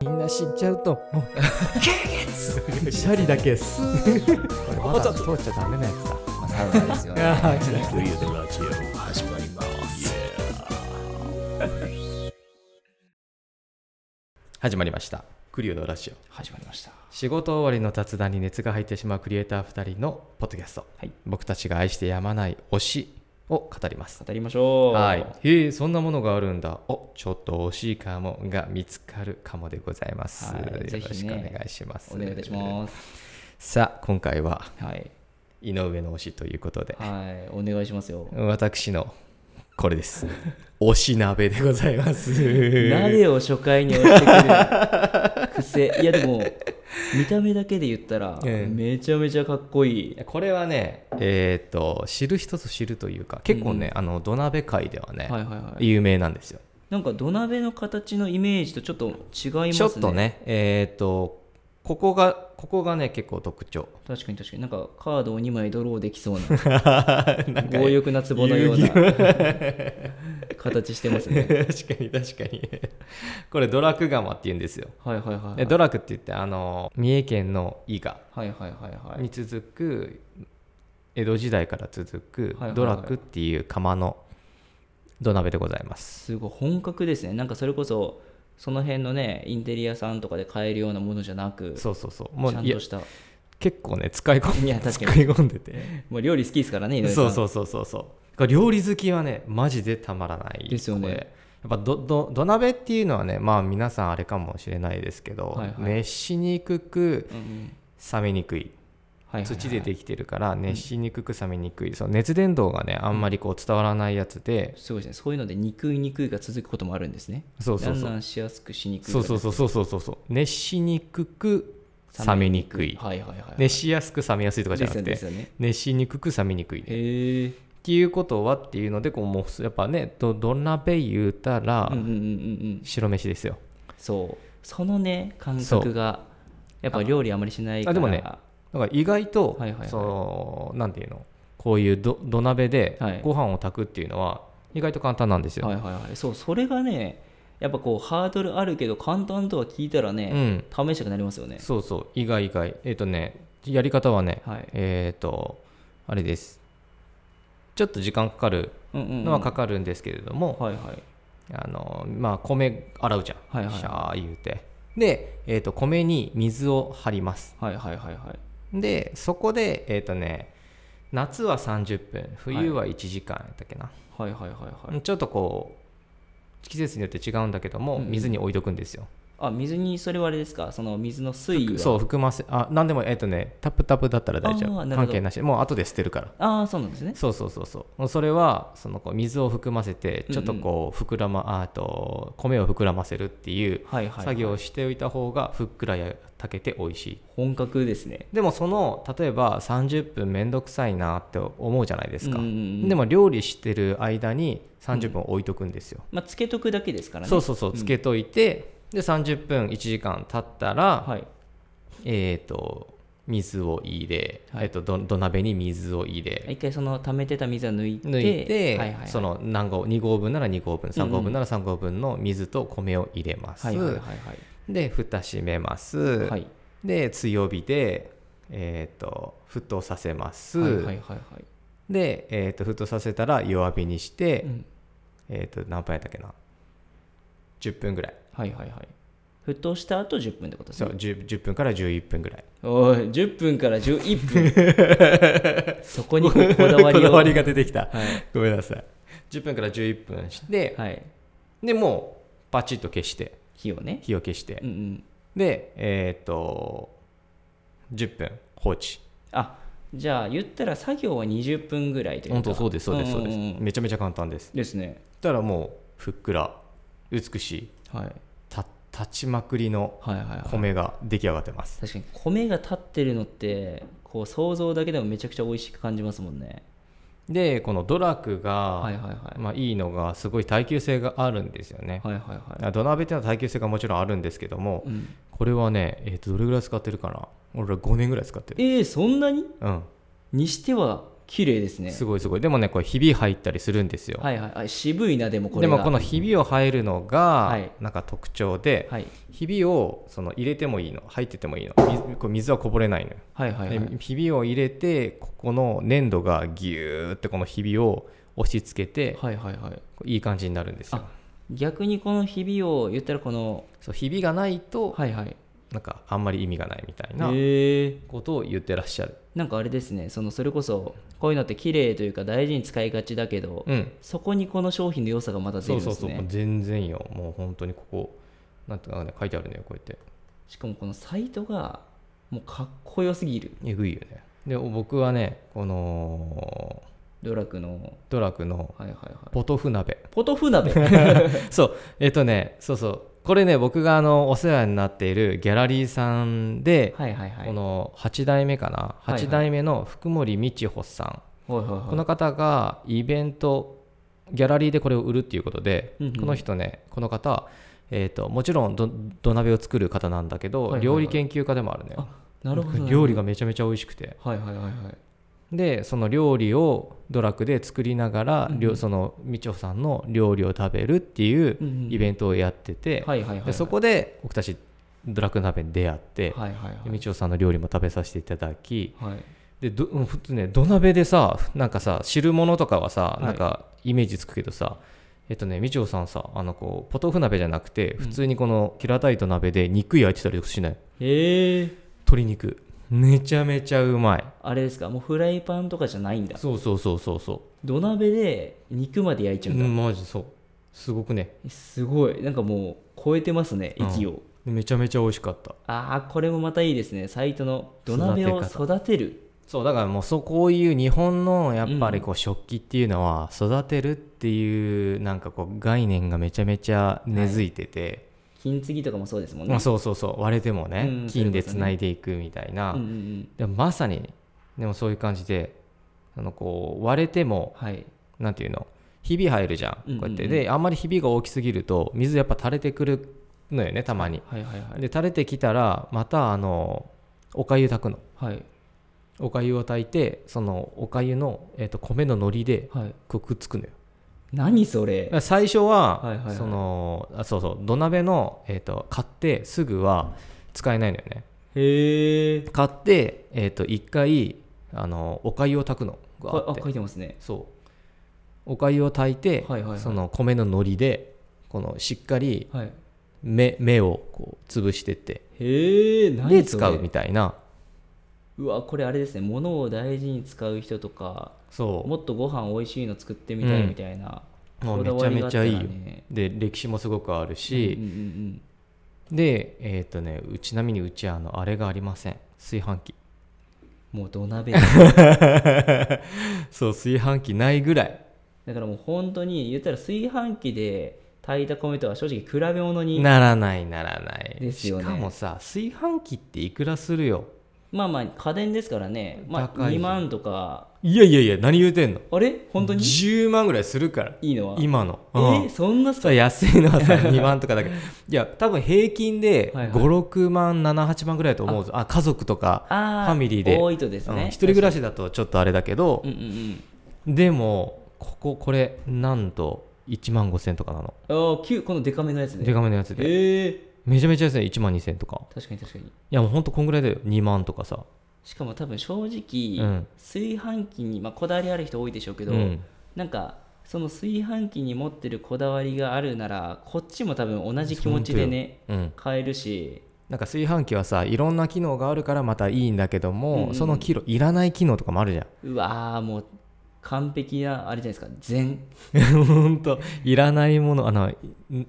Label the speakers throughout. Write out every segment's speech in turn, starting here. Speaker 1: みんな死んじゃうと思う
Speaker 2: シャリだけスーこれまだ通っちゃダメなやつだ
Speaker 3: まあ、サウナですよね。
Speaker 1: あー違う
Speaker 4: 冬のラジオ始まります。
Speaker 2: 始まりましたクリューのラジオ
Speaker 3: 始まりました。
Speaker 2: 仕事終わりの雑談に熱が入ってしまうクリエイター2人のポッドキャスト、
Speaker 3: はい
Speaker 2: 僕たちが愛してやまない推しを語ります
Speaker 3: 語りましょう。
Speaker 2: はい、へえそんなものがあるんだおちょっと惜しいかもが見つかるかもでございます、
Speaker 3: はいぜ
Speaker 2: よろ
Speaker 3: ひ
Speaker 2: し
Speaker 3: ね
Speaker 2: くお願いします
Speaker 3: お願いいたします。
Speaker 2: すさあ今回は
Speaker 3: はい。
Speaker 2: 井上の推しということで、
Speaker 3: はい。お願いしますよ。
Speaker 2: 私のこれです 推し鍋でございます
Speaker 3: 誰を初回に押してくる癖。いや、でも、見た目だけで言ったら、
Speaker 2: ええ
Speaker 3: めちゃめちゃかっこい
Speaker 2: い
Speaker 3: い。
Speaker 2: やこれはねえっ、と知る人ぞ知るというか結構ね、あの土鍋界ではね、
Speaker 3: はいはいはい。
Speaker 2: 有名なんですよ
Speaker 3: なんか土鍋の形のイメージとちょっと違いますね。
Speaker 2: ちょっと。ねえっ、とここがここがね結構特徴
Speaker 3: 確かに確かになんかカードを2枚ドローできそうな
Speaker 2: なんか
Speaker 3: 強欲な壺のような形してま すね。
Speaker 2: 確かに確かにこれドラクガマって言うんですよ
Speaker 3: はいはいはい、はい。
Speaker 2: でドラクって言ってあの三重県の伊賀
Speaker 3: はいはいはいはい
Speaker 2: に。続く江戸時代から続く
Speaker 3: はいはいはい
Speaker 2: ドラクっていう釜の土鍋でございます
Speaker 3: すごい本格ですねなんかそれこそその辺のねインテリアさんとかで買えるようなものじゃなく
Speaker 2: そうそうそうもう
Speaker 3: ちゃん
Speaker 2: いや
Speaker 3: とした
Speaker 2: 結構ね使い込ん
Speaker 3: いや
Speaker 2: で
Speaker 3: 確
Speaker 2: 使
Speaker 3: か
Speaker 2: い
Speaker 3: に
Speaker 2: 込んでて
Speaker 3: もう料理好きですからね井上さん
Speaker 2: そうそうそうそうそうこれ料理好きはねマジでたまらない
Speaker 3: ですよね
Speaker 2: これやっぱどど土鍋っていうのはねまあ皆さんあれかもしれないですけど、
Speaker 3: はいはい
Speaker 2: 熱しにくく
Speaker 3: うんうん
Speaker 2: 冷めにくい
Speaker 3: はいはいはい
Speaker 2: 土でできてるから熱しにくく冷めにくい、その熱伝導がねあんまりこう伝わらないやつで、
Speaker 3: すごいですねそういうので肉い肉いが続くこともあるんですね
Speaker 2: そうそう
Speaker 3: だ
Speaker 2: そ
Speaker 3: んだ
Speaker 2: うん
Speaker 3: しやすくしにくい
Speaker 2: そうそうそうそうそうそうそう熱しにくく冷めにくい
Speaker 3: はいはいはい
Speaker 2: 熱しやすく冷めやすいとかじゃなく
Speaker 3: で
Speaker 2: て
Speaker 3: すよねですよね
Speaker 2: 熱しにくく冷めにくいね
Speaker 3: へえ
Speaker 2: っていうことはっていうのでこうもうやっぱねど土鍋言うたら、
Speaker 3: うんうんうんうんうん
Speaker 2: 白飯ですよ
Speaker 3: そうそのね感
Speaker 2: そ
Speaker 3: 覚
Speaker 2: う
Speaker 3: がやっぱ料理あまりしない
Speaker 2: あ
Speaker 3: から
Speaker 2: でもねだから意外と、
Speaker 3: はいはいはい
Speaker 2: そのなんていうのこういうど土鍋で
Speaker 3: はい
Speaker 2: ご飯を炊くっていうのは意外と簡単なんですよ、
Speaker 3: はいはいはいそうそれがねやっぱこうハードルあるけど簡単とは聞いたら
Speaker 2: う
Speaker 3: ね、
Speaker 2: ん
Speaker 3: 試したくなりますよね
Speaker 2: そうそう意外意外えっ、とねやり方はね、
Speaker 3: はい
Speaker 2: えっ、とあれですちょっと時間かかる
Speaker 3: うんうんうん
Speaker 2: のはかかるんですけれども、
Speaker 3: はいはい
Speaker 2: あのまあ米洗うじゃん、
Speaker 3: はいはい
Speaker 2: シャー言うてで、えー、と米に水を張ります
Speaker 3: はいはいはいはい
Speaker 2: でそこでえっ、とね夏は30分冬は1時間やったっけな、
Speaker 3: はいはいはいはい
Speaker 2: ちょっとこう季節によって違うんだけども、
Speaker 3: うんうん
Speaker 2: 水に置いとくんですよ
Speaker 3: あ水にそれはあれですかその水の水位は
Speaker 2: そう含ませあ何でもえっ、とねタプタプだったら大丈
Speaker 3: あー
Speaker 2: 夫
Speaker 3: なるほど
Speaker 2: 関係なしもう後で捨てるから
Speaker 3: ああそうなんですね
Speaker 2: そうそうそうそうもうそれはそのこう水を含ませてちょっとこう膨らま、ああと米を膨らませるっていう
Speaker 3: はいはい、はい、
Speaker 2: 作業をしておいた方がふっくらや炊けて美味しい
Speaker 3: 本格ですね
Speaker 2: でもその例えば30分めんどくさいなって思うじゃないですか、
Speaker 3: うんうんうん
Speaker 2: でも料理してる間に30分置いとくんですよ、
Speaker 3: まあつけとくだけですからね
Speaker 2: そうそうそうつけといて、で30分1時間経ったら、
Speaker 3: はい
Speaker 2: えっ、と水を入れ、
Speaker 3: はい
Speaker 2: えー、とど土鍋に水を入れ、
Speaker 3: 一回その溜めてた水は抜いて
Speaker 2: 抜いて、
Speaker 3: はいはいはい、
Speaker 2: その何合2合分なら2合分3合分なら3合分の水と米を入れます、
Speaker 3: はいはいはいは
Speaker 2: で蓋閉めます、
Speaker 3: いはい
Speaker 2: で強火で、えー、と沸騰させます、
Speaker 3: はいはいはいはい
Speaker 2: で、えー、と沸騰させたら弱火にして、
Speaker 3: うん
Speaker 2: えー、と何分やったっけな10分ぐらい
Speaker 3: はいはいはい沸騰した後10分ってことです
Speaker 2: そう
Speaker 3: ね
Speaker 2: 10, 10分から11分ぐらい
Speaker 3: おい10分から11分そこにこだわり
Speaker 2: こ
Speaker 3: を
Speaker 2: だわりが出てきた、
Speaker 3: はい
Speaker 2: ごめんなさい10分から11分して、
Speaker 3: はい
Speaker 2: でもうパチッと消して
Speaker 3: 火をね
Speaker 2: 火を消して、
Speaker 3: うんうん
Speaker 2: でえっ、と10分放置
Speaker 3: あじゃあ言ったら作業は20分ぐらいというか
Speaker 2: 本当そうですそうですそうです、
Speaker 3: んんん
Speaker 2: めちゃめちゃ簡単です
Speaker 3: ですね
Speaker 2: たらもうふっくら美しい
Speaker 3: はい
Speaker 2: た立ちまくりの
Speaker 3: はいはいはい
Speaker 2: 米が出来上がってます、
Speaker 3: 確かに米が立ってるのってこう想像だけでもめちゃくちゃ美味しく感じますもんね
Speaker 2: でこのドラクが、
Speaker 3: はい
Speaker 2: い
Speaker 3: はいはい、
Speaker 2: まあ、いいのがすごい耐久性があるんですよね、
Speaker 3: はいはいはい
Speaker 2: 土鍋っていうのは耐久性がもちろんあるんですけども、
Speaker 3: うん
Speaker 2: これはね、えー、とどれぐらい使ってるかな俺ら5年ぐらい使ってる
Speaker 3: えー、そんなに
Speaker 2: うん
Speaker 3: にしては綺麗ですね
Speaker 2: すごいすごいでもねこれひび入ったりするんですよ、
Speaker 3: はいはいあ渋いなでもこれ
Speaker 2: で
Speaker 3: が
Speaker 2: もこのひびを入るの
Speaker 3: は
Speaker 2: が
Speaker 3: い
Speaker 2: なんか特徴で、
Speaker 3: はい
Speaker 2: ひびをその入れてもいいの入っててもいいの水こう水はこぼれないのよ
Speaker 3: はいはいはい
Speaker 2: でひびを入れてここの粘土がギューってこのひびを押し付けて、
Speaker 3: はいはいはい
Speaker 2: こういい感じになるんですよ
Speaker 3: あ逆にこのひびを言ったらこの
Speaker 2: そうひびがないと
Speaker 3: はいはい
Speaker 2: なんかあんまり意味がないみたいな
Speaker 3: へえ
Speaker 2: ことを言ってらっしゃる、
Speaker 3: なんかあれですねそのそれこそこういうのって綺麗というか大事に使いがちだけど、
Speaker 2: うん
Speaker 3: そこにこの商品の良さがまた出
Speaker 2: そ
Speaker 3: る
Speaker 2: うん
Speaker 3: です
Speaker 2: そ
Speaker 3: ね
Speaker 2: うそうもう全然よもう本当にここなんていうかね書いてあるねこうやって
Speaker 3: しかもこのサイトがもうかっこよすぎる
Speaker 2: えぐいよねで僕はねこの
Speaker 3: ドラクの
Speaker 2: ドラクの
Speaker 3: はいはいはい
Speaker 2: ポトフ鍋
Speaker 3: ポトフ 鍋
Speaker 2: そうえっ、とねそうそうこれね僕があのお世話になっているギャラリーさんで、
Speaker 3: はいはいはい
Speaker 2: この8代目かな
Speaker 3: はいはい
Speaker 2: 8代目の福森美穂さん、
Speaker 3: はいはいはい
Speaker 2: この方がイベントギャラリーでこれを売るっていうことで、
Speaker 3: うんうん
Speaker 2: この人ねこの方えー、ともちろんど土鍋を作る方なんだけど、
Speaker 3: はいはいはい
Speaker 2: 料理研究家でもあるね
Speaker 3: あなるほどなるほど
Speaker 2: 料理がめちゃめちゃ美味しくて
Speaker 3: はいはいはいはい
Speaker 2: でその料理をドラクで作りながら、
Speaker 3: うんうん
Speaker 2: りょそのみちほさんの料理を食べるっていう
Speaker 3: うんうん
Speaker 2: イベントをやってて、
Speaker 3: はいはいはいはい
Speaker 2: でそこで僕たちドラク鍋に出会って、
Speaker 3: はいはい
Speaker 2: でみちほさんの料理も食べさせていただき
Speaker 3: はいはい
Speaker 2: でどうん普通ね土鍋でさなんかさ汁物とかはさ、
Speaker 3: はい
Speaker 2: なんかイメージつくけどさえっとねみちほさんさあのこうポトフ鍋じゃなくて普通にこの平たい土鍋で肉焼いてたりとかしない
Speaker 3: へえ
Speaker 2: 鶏肉めちゃめちゃうまい
Speaker 3: あれですかもうフライパンとかじゃないんだ
Speaker 2: そうそうそうそうそう
Speaker 3: 土鍋で肉まで焼いちゃうん
Speaker 2: う
Speaker 3: だ、
Speaker 2: んマジそうすごくね
Speaker 3: すごいなんかもう超えてますね
Speaker 2: うん
Speaker 3: 息を、
Speaker 2: めちゃめちゃ美味しかった
Speaker 3: ああこれもまたいいですねサイトの土鍋を育てる
Speaker 2: そうだからもうそうこういう日本のやっぱ
Speaker 3: う
Speaker 2: り
Speaker 3: ん
Speaker 2: こう食器っていうのは育てるっていうなんかこう概念がめちゃめちゃ根付いてて、
Speaker 3: 金継ぎとかもそうですもんね
Speaker 2: まあ、そうそうそう割れてもね、
Speaker 3: うん
Speaker 2: 金でつないでいくみたいな、
Speaker 3: うんうんうん
Speaker 2: でもまさにでもそういう感じであのこう割れても
Speaker 3: はい
Speaker 2: なんていうのひび入るじゃんこうやって、
Speaker 3: うんうんうん
Speaker 2: であんまりひびが大きすぎると水やっぱ垂れてくるのよねたまに
Speaker 3: はいはいはい
Speaker 2: で垂れてきたらまたあのおかゆ炊くの
Speaker 3: はい
Speaker 2: おかゆを炊いてそのおかゆの、えー、と米の海苔で
Speaker 3: はい
Speaker 2: こうくっつくのよ
Speaker 3: 何そ
Speaker 2: だ
Speaker 3: れ
Speaker 2: から最初は,、
Speaker 3: はいはいはい
Speaker 2: そのあそうそう土鍋の、えー、と買ってすぐは使えないのよね
Speaker 3: へえ
Speaker 2: 買って、えー、と1回あのおかゆを炊くのがあ
Speaker 3: あ
Speaker 2: って
Speaker 3: 書いてますね
Speaker 2: そうおかゆを炊いて、
Speaker 3: はいはいはい
Speaker 2: その米の海苔でこのしっかり
Speaker 3: はい
Speaker 2: 目目をこう潰してって
Speaker 3: へえ何それ
Speaker 2: で使うみたいな
Speaker 3: うわこれあれですね物を大事に使う人とか
Speaker 2: そう
Speaker 3: もっとご飯美味しいの作ってみたいみたいな、
Speaker 2: もう
Speaker 3: こだ
Speaker 2: め
Speaker 3: わ
Speaker 2: ちゃ
Speaker 3: りがあ
Speaker 2: め
Speaker 3: っ
Speaker 2: ち
Speaker 3: た
Speaker 2: ゃ
Speaker 3: らね
Speaker 2: いいよ、で歴史もすごくある
Speaker 3: うんう
Speaker 2: し、
Speaker 3: んうん
Speaker 2: でえっ、とねうちなみにうちはあのあれがありません炊飯器
Speaker 3: うんもう土鍋だ
Speaker 2: そう炊飯器ないぐらい
Speaker 3: だからもう本当に言ったら炊飯器で炊いた米とは正直比べ物に
Speaker 2: ならないならない
Speaker 3: ですよね
Speaker 2: しかもさ炊飯器っていくらするよ
Speaker 3: まあまあ家電ですからね、まあ、
Speaker 2: 高い
Speaker 3: 2万とか
Speaker 2: いやいやいや何言うてんの
Speaker 3: あれ本当に
Speaker 2: 10万ぐらいするから
Speaker 3: いいのは
Speaker 2: 今の、
Speaker 3: え
Speaker 2: うん
Speaker 3: そんなすか
Speaker 2: そう安いのは さ2万とかだけどいや多分平均で
Speaker 3: はいはい
Speaker 2: 56万78万ぐらいだと思うぞあ家族とかフ
Speaker 3: あ
Speaker 2: ァミリーで
Speaker 3: 多いとです
Speaker 2: うん
Speaker 3: ね、
Speaker 2: 一人暮らしだとちょっとあれだけど、
Speaker 3: うんうん
Speaker 2: でもこここれなんと1万5000とかなの
Speaker 3: うんああきゅこのデカめのやつ
Speaker 2: デ
Speaker 3: ね
Speaker 2: カめのやつで
Speaker 3: へえ
Speaker 2: めちゃめちゃ安い1万2000とか
Speaker 3: 確かに確かに
Speaker 2: いやもうほんとこんぐらいだよ2万とかさ
Speaker 3: しかも多分正直、
Speaker 2: うん
Speaker 3: 炊飯器に、まあ、こだわりある人多いでしょうけど、
Speaker 2: うん
Speaker 3: なんかその炊飯器に持ってるこだわりがあるならこっちも多分同じ気持ちでね
Speaker 2: うん
Speaker 3: 買えるし
Speaker 2: なんか炊飯器はさいろんな機能があるからまたいいんだけども、
Speaker 3: うんうん
Speaker 2: その機能いらない機能とかもあるじゃん
Speaker 3: うわーもう完璧なあれじゃないですか全
Speaker 2: ほんといらないものあのい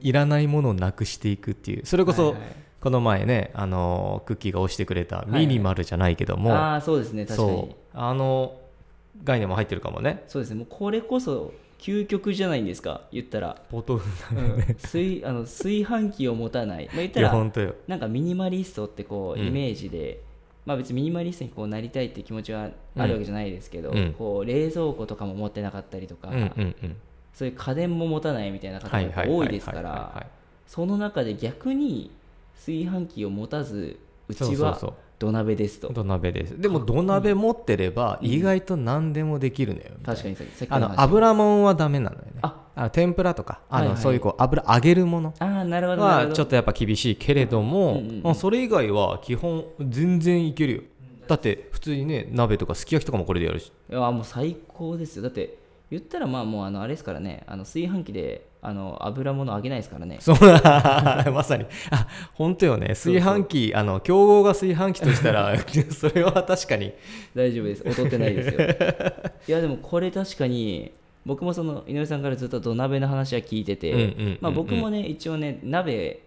Speaker 2: いらないものをなくしていくっていうそれこそ、
Speaker 3: はいはい
Speaker 2: この前ねあのクッキーが押してくれた
Speaker 3: いは
Speaker 2: ミ
Speaker 3: い
Speaker 2: ニマルじゃないけども、
Speaker 3: ああそうですね確かに
Speaker 2: そうあの概念も入ってるかもね
Speaker 3: そうですねもうこれこそ究極じゃないんですか言ったら、
Speaker 2: ポートフ
Speaker 3: うん、炊あの炊飯器を持たない、まあ、言っ
Speaker 2: い
Speaker 3: た
Speaker 2: や
Speaker 3: ら
Speaker 2: ほんとよ
Speaker 3: なんかミニマリストってこう
Speaker 2: うん
Speaker 3: イメージで、まあ別にミニマリストにこうなりたいって気持ちはあるわけじゃないですけど、
Speaker 2: うん
Speaker 3: こう冷蔵庫とかも持ってなかったりとか、
Speaker 2: うんうんうん
Speaker 3: そういう家電も持たないみたいな方
Speaker 2: は
Speaker 3: が
Speaker 2: い
Speaker 3: やっ
Speaker 2: はい
Speaker 3: ぱ多いですか
Speaker 2: はいはいはい
Speaker 3: ら
Speaker 2: はい
Speaker 3: その中で逆に炊飯器を持たずう
Speaker 2: そう
Speaker 3: ち
Speaker 2: そう
Speaker 3: は
Speaker 2: そう
Speaker 3: 土鍋ですと
Speaker 2: 土鍋ですでも土鍋持ってれば意外と何でもできるのよ、みたいな
Speaker 3: 確かにささっき
Speaker 2: あ
Speaker 3: の
Speaker 2: の
Speaker 3: 話
Speaker 2: 油もんはダメなのよね
Speaker 3: あ
Speaker 2: あの天ぷらとかあの、
Speaker 3: はいはい
Speaker 2: そういうこう油揚げるもの
Speaker 3: ああなるほどなる
Speaker 2: は
Speaker 3: ほ
Speaker 2: ちょっ
Speaker 3: ど
Speaker 2: とやっぱ厳しいけれども、
Speaker 3: うんうんうん
Speaker 2: まあそれ以外は基本全然いけるよだって普通にね鍋とかすき焼きとかもこれでやるし
Speaker 3: いやもう最高ですよだって言ったらまあもうあのあれですからねあの炊飯器であの油物揚げないですからね
Speaker 2: そう なまさにあ本当よね炊飯器あの競合が炊飯器としたら それは確かに
Speaker 3: 大丈夫です劣ってな いですよいやでもこれ確かに僕もその井上さんからずっと土鍋の話は聞いてて、
Speaker 2: うんうんうんうん
Speaker 3: まあ、僕もね一応ね鍋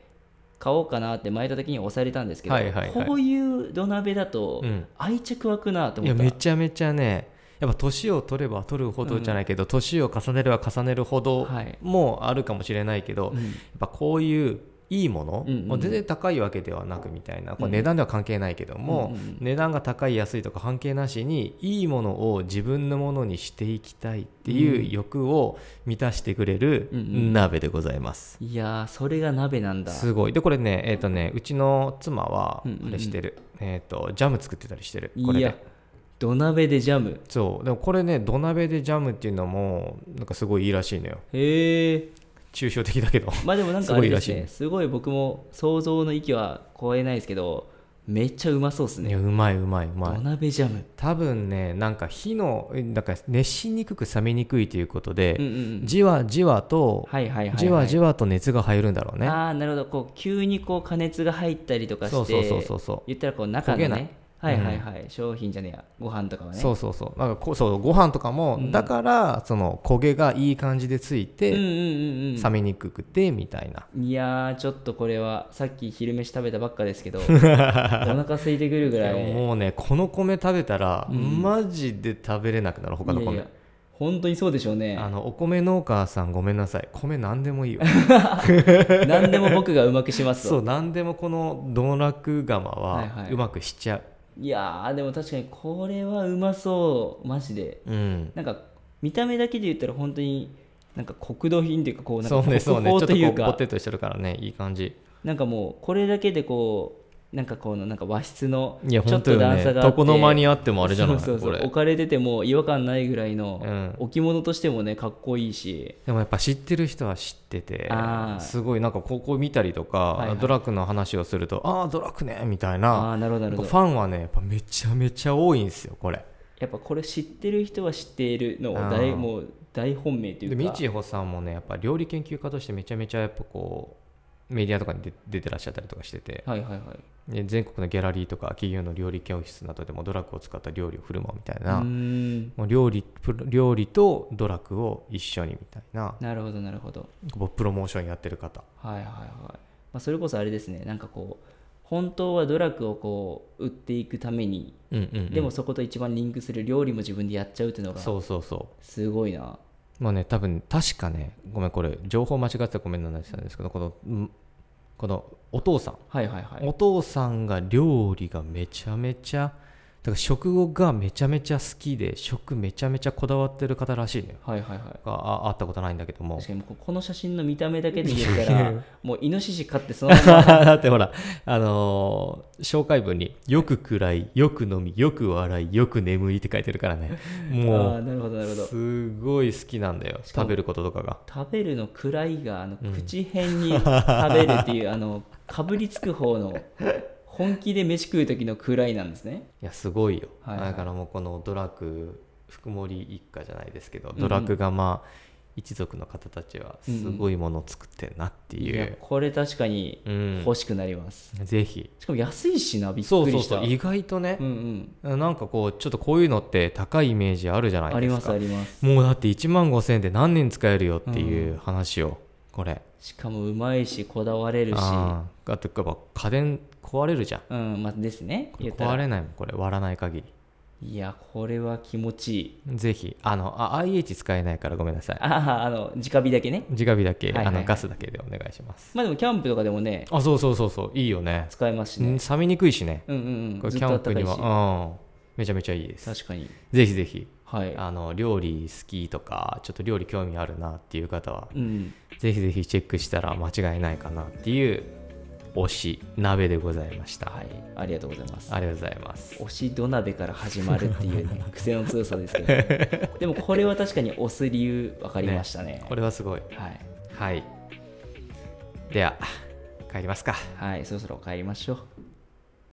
Speaker 3: 買おうかなって前田的には押されたんですけど、
Speaker 2: はいはいはい
Speaker 3: こういう土鍋だと
Speaker 2: うん
Speaker 3: 愛着湧くなと
Speaker 2: い
Speaker 3: 思
Speaker 2: や
Speaker 3: った、
Speaker 2: めちゃめちゃねやっぱ年を取れば取るほどじゃないけど年、を重ねれば重ねるほど
Speaker 3: はい
Speaker 2: もあるかもしれないけど、やっぱこういういいもの、
Speaker 3: うんうんうん
Speaker 2: もう全然高いわけではなくみたいなこう値段では関係ないけども、
Speaker 3: うんうんうん
Speaker 2: 値段が高い安いとか関係なしにいいものを自分のものにしていきたいっていう欲を満たしてくれる
Speaker 3: うんうん
Speaker 2: 鍋でございます。
Speaker 3: いやーそれが鍋なんだ
Speaker 2: すごいでこれねえっ、とねうちの妻は
Speaker 3: うんうんうん
Speaker 2: あれしてる、えっ、とジャム作ってたりしてるこれ
Speaker 3: い
Speaker 2: で
Speaker 3: や土鍋でジャム
Speaker 2: そうでもこれね土鍋でジャムっていうのもなんかすごいいいらしいのよ
Speaker 3: へえ
Speaker 2: 抽象的だけど
Speaker 3: まあでもなん
Speaker 2: す
Speaker 3: か
Speaker 2: ごい
Speaker 3: あれで
Speaker 2: ら
Speaker 3: す
Speaker 2: しい
Speaker 3: ねすごい僕も想像の域は超えないですけどめっちゃうまそうです
Speaker 2: い
Speaker 3: ね
Speaker 2: やうまいうまいうま
Speaker 3: 土
Speaker 2: い
Speaker 3: 鍋ジャム
Speaker 2: 多分ねなんか火のなんか熱しにくく冷めにくいということで、
Speaker 3: うんうんうん
Speaker 2: じわじわと、
Speaker 3: はいはいはい、はい、
Speaker 2: じわじわと熱が入るんだろうね
Speaker 3: ああなるほどこう急にこう加熱が入ったりとかして
Speaker 2: そうそうそうそうそう
Speaker 3: 言ったらこう中の
Speaker 2: 焦げない
Speaker 3: ねはいはいはい、商品じゃねえやご飯とかはね
Speaker 2: そうそうそうなんかこうそうご飯とかも、だからその焦げがいい感じでつい
Speaker 3: うん
Speaker 2: て、
Speaker 3: うんうん
Speaker 2: 冷めにくくてみたいな
Speaker 3: うんいやーちょっとこれはさっき昼飯食べたばっかです けどお腹空いてくるぐらい
Speaker 2: いやもうねこの米食べたら、マジで食べれなくなる他の米
Speaker 3: いやいや本当にそうでしょ うね
Speaker 2: あのお米農家さんごめんなさい米何で もいいよ
Speaker 3: 何でも僕がうまくします
Speaker 2: そ
Speaker 3: と
Speaker 2: う何でもこの道楽釜
Speaker 3: はいは
Speaker 2: はいうまくしちゃう、
Speaker 3: いやーでも確かにこれはうまそうマジで
Speaker 2: うん
Speaker 3: なんか見た目だけで言ったら本当になんか国土品というかこうなんか
Speaker 2: そうねそうねちょっ
Speaker 3: と
Speaker 2: と
Speaker 3: い
Speaker 2: こ
Speaker 3: う
Speaker 2: う
Speaker 3: か
Speaker 2: ポテトしてるからねいい感じ
Speaker 3: なんかもうこれだけでこうなんかこのなんか和室の
Speaker 2: いや
Speaker 3: ちょ
Speaker 2: 本
Speaker 3: っ
Speaker 2: 当
Speaker 3: と
Speaker 2: よ
Speaker 3: 段差
Speaker 2: ね
Speaker 3: があって
Speaker 2: 床の間にあってもあれじゃない
Speaker 3: そうそうそう
Speaker 2: これ
Speaker 3: 置かれてても違和感ないぐらいの、
Speaker 2: うん
Speaker 3: 置物としてもねかっこいいし
Speaker 2: でもやっぱ知ってる人は知ってて
Speaker 3: あー
Speaker 2: すごいなんかここ見たりとか、
Speaker 3: いはい
Speaker 2: ドラッグの話をするとああドラッグねみたい
Speaker 3: あ
Speaker 2: な
Speaker 3: あーなるほどな
Speaker 2: やっ
Speaker 3: る
Speaker 2: ぱ
Speaker 3: ほ
Speaker 2: フ
Speaker 3: ど
Speaker 2: ァンはねやっぱめちゃめちゃ多いんですよこれ
Speaker 3: やっぱこれ知ってる人は知っているのを
Speaker 2: あ
Speaker 3: 大
Speaker 2: ー
Speaker 3: もう大本命とい
Speaker 2: で
Speaker 3: うか
Speaker 2: みちほさんもねやっぱ料理研究家としてめちゃめちゃやっぱこうメディアとかに出出てらっしゃったりとかしてて
Speaker 3: はいはいはい
Speaker 2: で全国のギャラリーとか企業の料理教室などでもドラッグを使った料理を振る舞うみたいう
Speaker 3: ー
Speaker 2: な、
Speaker 3: ん
Speaker 2: もう料理プロ料理とドラッグを一緒にみたいな
Speaker 3: なるほどなるほど
Speaker 2: こうプロモーションやってる方
Speaker 3: はいはいはい、まあ、それこそあれですねなんかこう本当はドラッグをこう売っていくために
Speaker 2: うんうん、うん
Speaker 3: でもそこと一番リンクする料理も自分でやっちゃうっていうのが
Speaker 2: そうそうそ
Speaker 3: すごいな
Speaker 2: うまあね多分確かねごめんこれ情報間違ってたらごめんなさいなんですけどこのんこのお父さん
Speaker 3: はいはいはい
Speaker 2: お父さんが料理がめちゃめちゃだから食後がめちゃめちゃ好きで食めちゃめちゃこだわってる方らしいのよ
Speaker 3: はいはいはい
Speaker 2: あ会ったことないんだけども
Speaker 3: 確かにもうここの写真の見た目だけで言った
Speaker 2: いやい
Speaker 3: らもうイノシシ飼ってそのまま
Speaker 2: だってほらあのー紹介文に「よく暗いよく飲みよく笑いよく眠い」って書いてるから ね
Speaker 3: あ
Speaker 2: も
Speaker 3: ーなるほどなるほ
Speaker 2: う
Speaker 3: ど
Speaker 2: すごい好きなんだよ
Speaker 3: かも
Speaker 2: 食べることとかが
Speaker 3: 食べるの位があの口辺 に食べるっていう、あのかぶりつく方の本気で飯食う時の位なんですね
Speaker 2: いやすごいよ、
Speaker 3: はいはい
Speaker 2: だからもうこのドラク福森一家じゃないですけどドラクがまあ、一族の方たちはすごいものを作ってんなって
Speaker 3: い
Speaker 2: い
Speaker 3: や
Speaker 2: う、
Speaker 3: これ確かに
Speaker 2: うん
Speaker 3: 欲しくなります、
Speaker 2: ぜひ
Speaker 3: しかも安いしなびっくりした
Speaker 2: そうそうそう意外とね
Speaker 3: う、んうん
Speaker 2: なんかこうちょっとこういうのって高いイメージあるじゃない
Speaker 3: あり
Speaker 2: で
Speaker 3: ますす
Speaker 2: か
Speaker 3: あります
Speaker 2: もうだって1万5000円で何年使えるよっていう話を、これ
Speaker 3: しかもうまいしこだわれるし
Speaker 2: あーだってやっぱ家電壊れるじゃん
Speaker 3: うんまあですね
Speaker 2: これ
Speaker 3: 言ったら
Speaker 2: 壊れないもんこれ割らない限
Speaker 3: いやこれは気持ちいい
Speaker 2: りぜひあのあ IH 使えないからごめんなさい
Speaker 3: あああの直火だけね
Speaker 2: 直火だけ、
Speaker 3: はいはいはい
Speaker 2: あのガスだけでお願いします
Speaker 3: まあでもキャンプとかでもね
Speaker 2: あそうそうそうそういいよね
Speaker 3: 使えますし
Speaker 2: う
Speaker 3: ね
Speaker 2: ん冷めにくいしね
Speaker 3: うんうん
Speaker 2: これ
Speaker 3: うんず
Speaker 2: キ
Speaker 3: っと
Speaker 2: ャ
Speaker 3: あ
Speaker 2: ン
Speaker 3: った
Speaker 2: プ
Speaker 3: か
Speaker 2: に
Speaker 3: いし
Speaker 2: は、うん、めちゃめちゃいいです
Speaker 3: 確かに
Speaker 2: ぜひぜひ
Speaker 3: はい
Speaker 2: あの料理好きとかちょっと料理興味あるなっていう方は
Speaker 3: うん
Speaker 2: ぜひぜひチェックしたら間違いないかなっていう推し鍋でございました、
Speaker 3: はい、ありがとうございます。
Speaker 2: ありがとうございます
Speaker 3: 推し土鍋から始まるって いうね、癖の強さですけど、でもこれは確かに推す理由分かりましたね。
Speaker 2: これはすごい
Speaker 3: はい、
Speaker 2: はいでは帰りますか
Speaker 3: はい、そろそろ帰りましょう。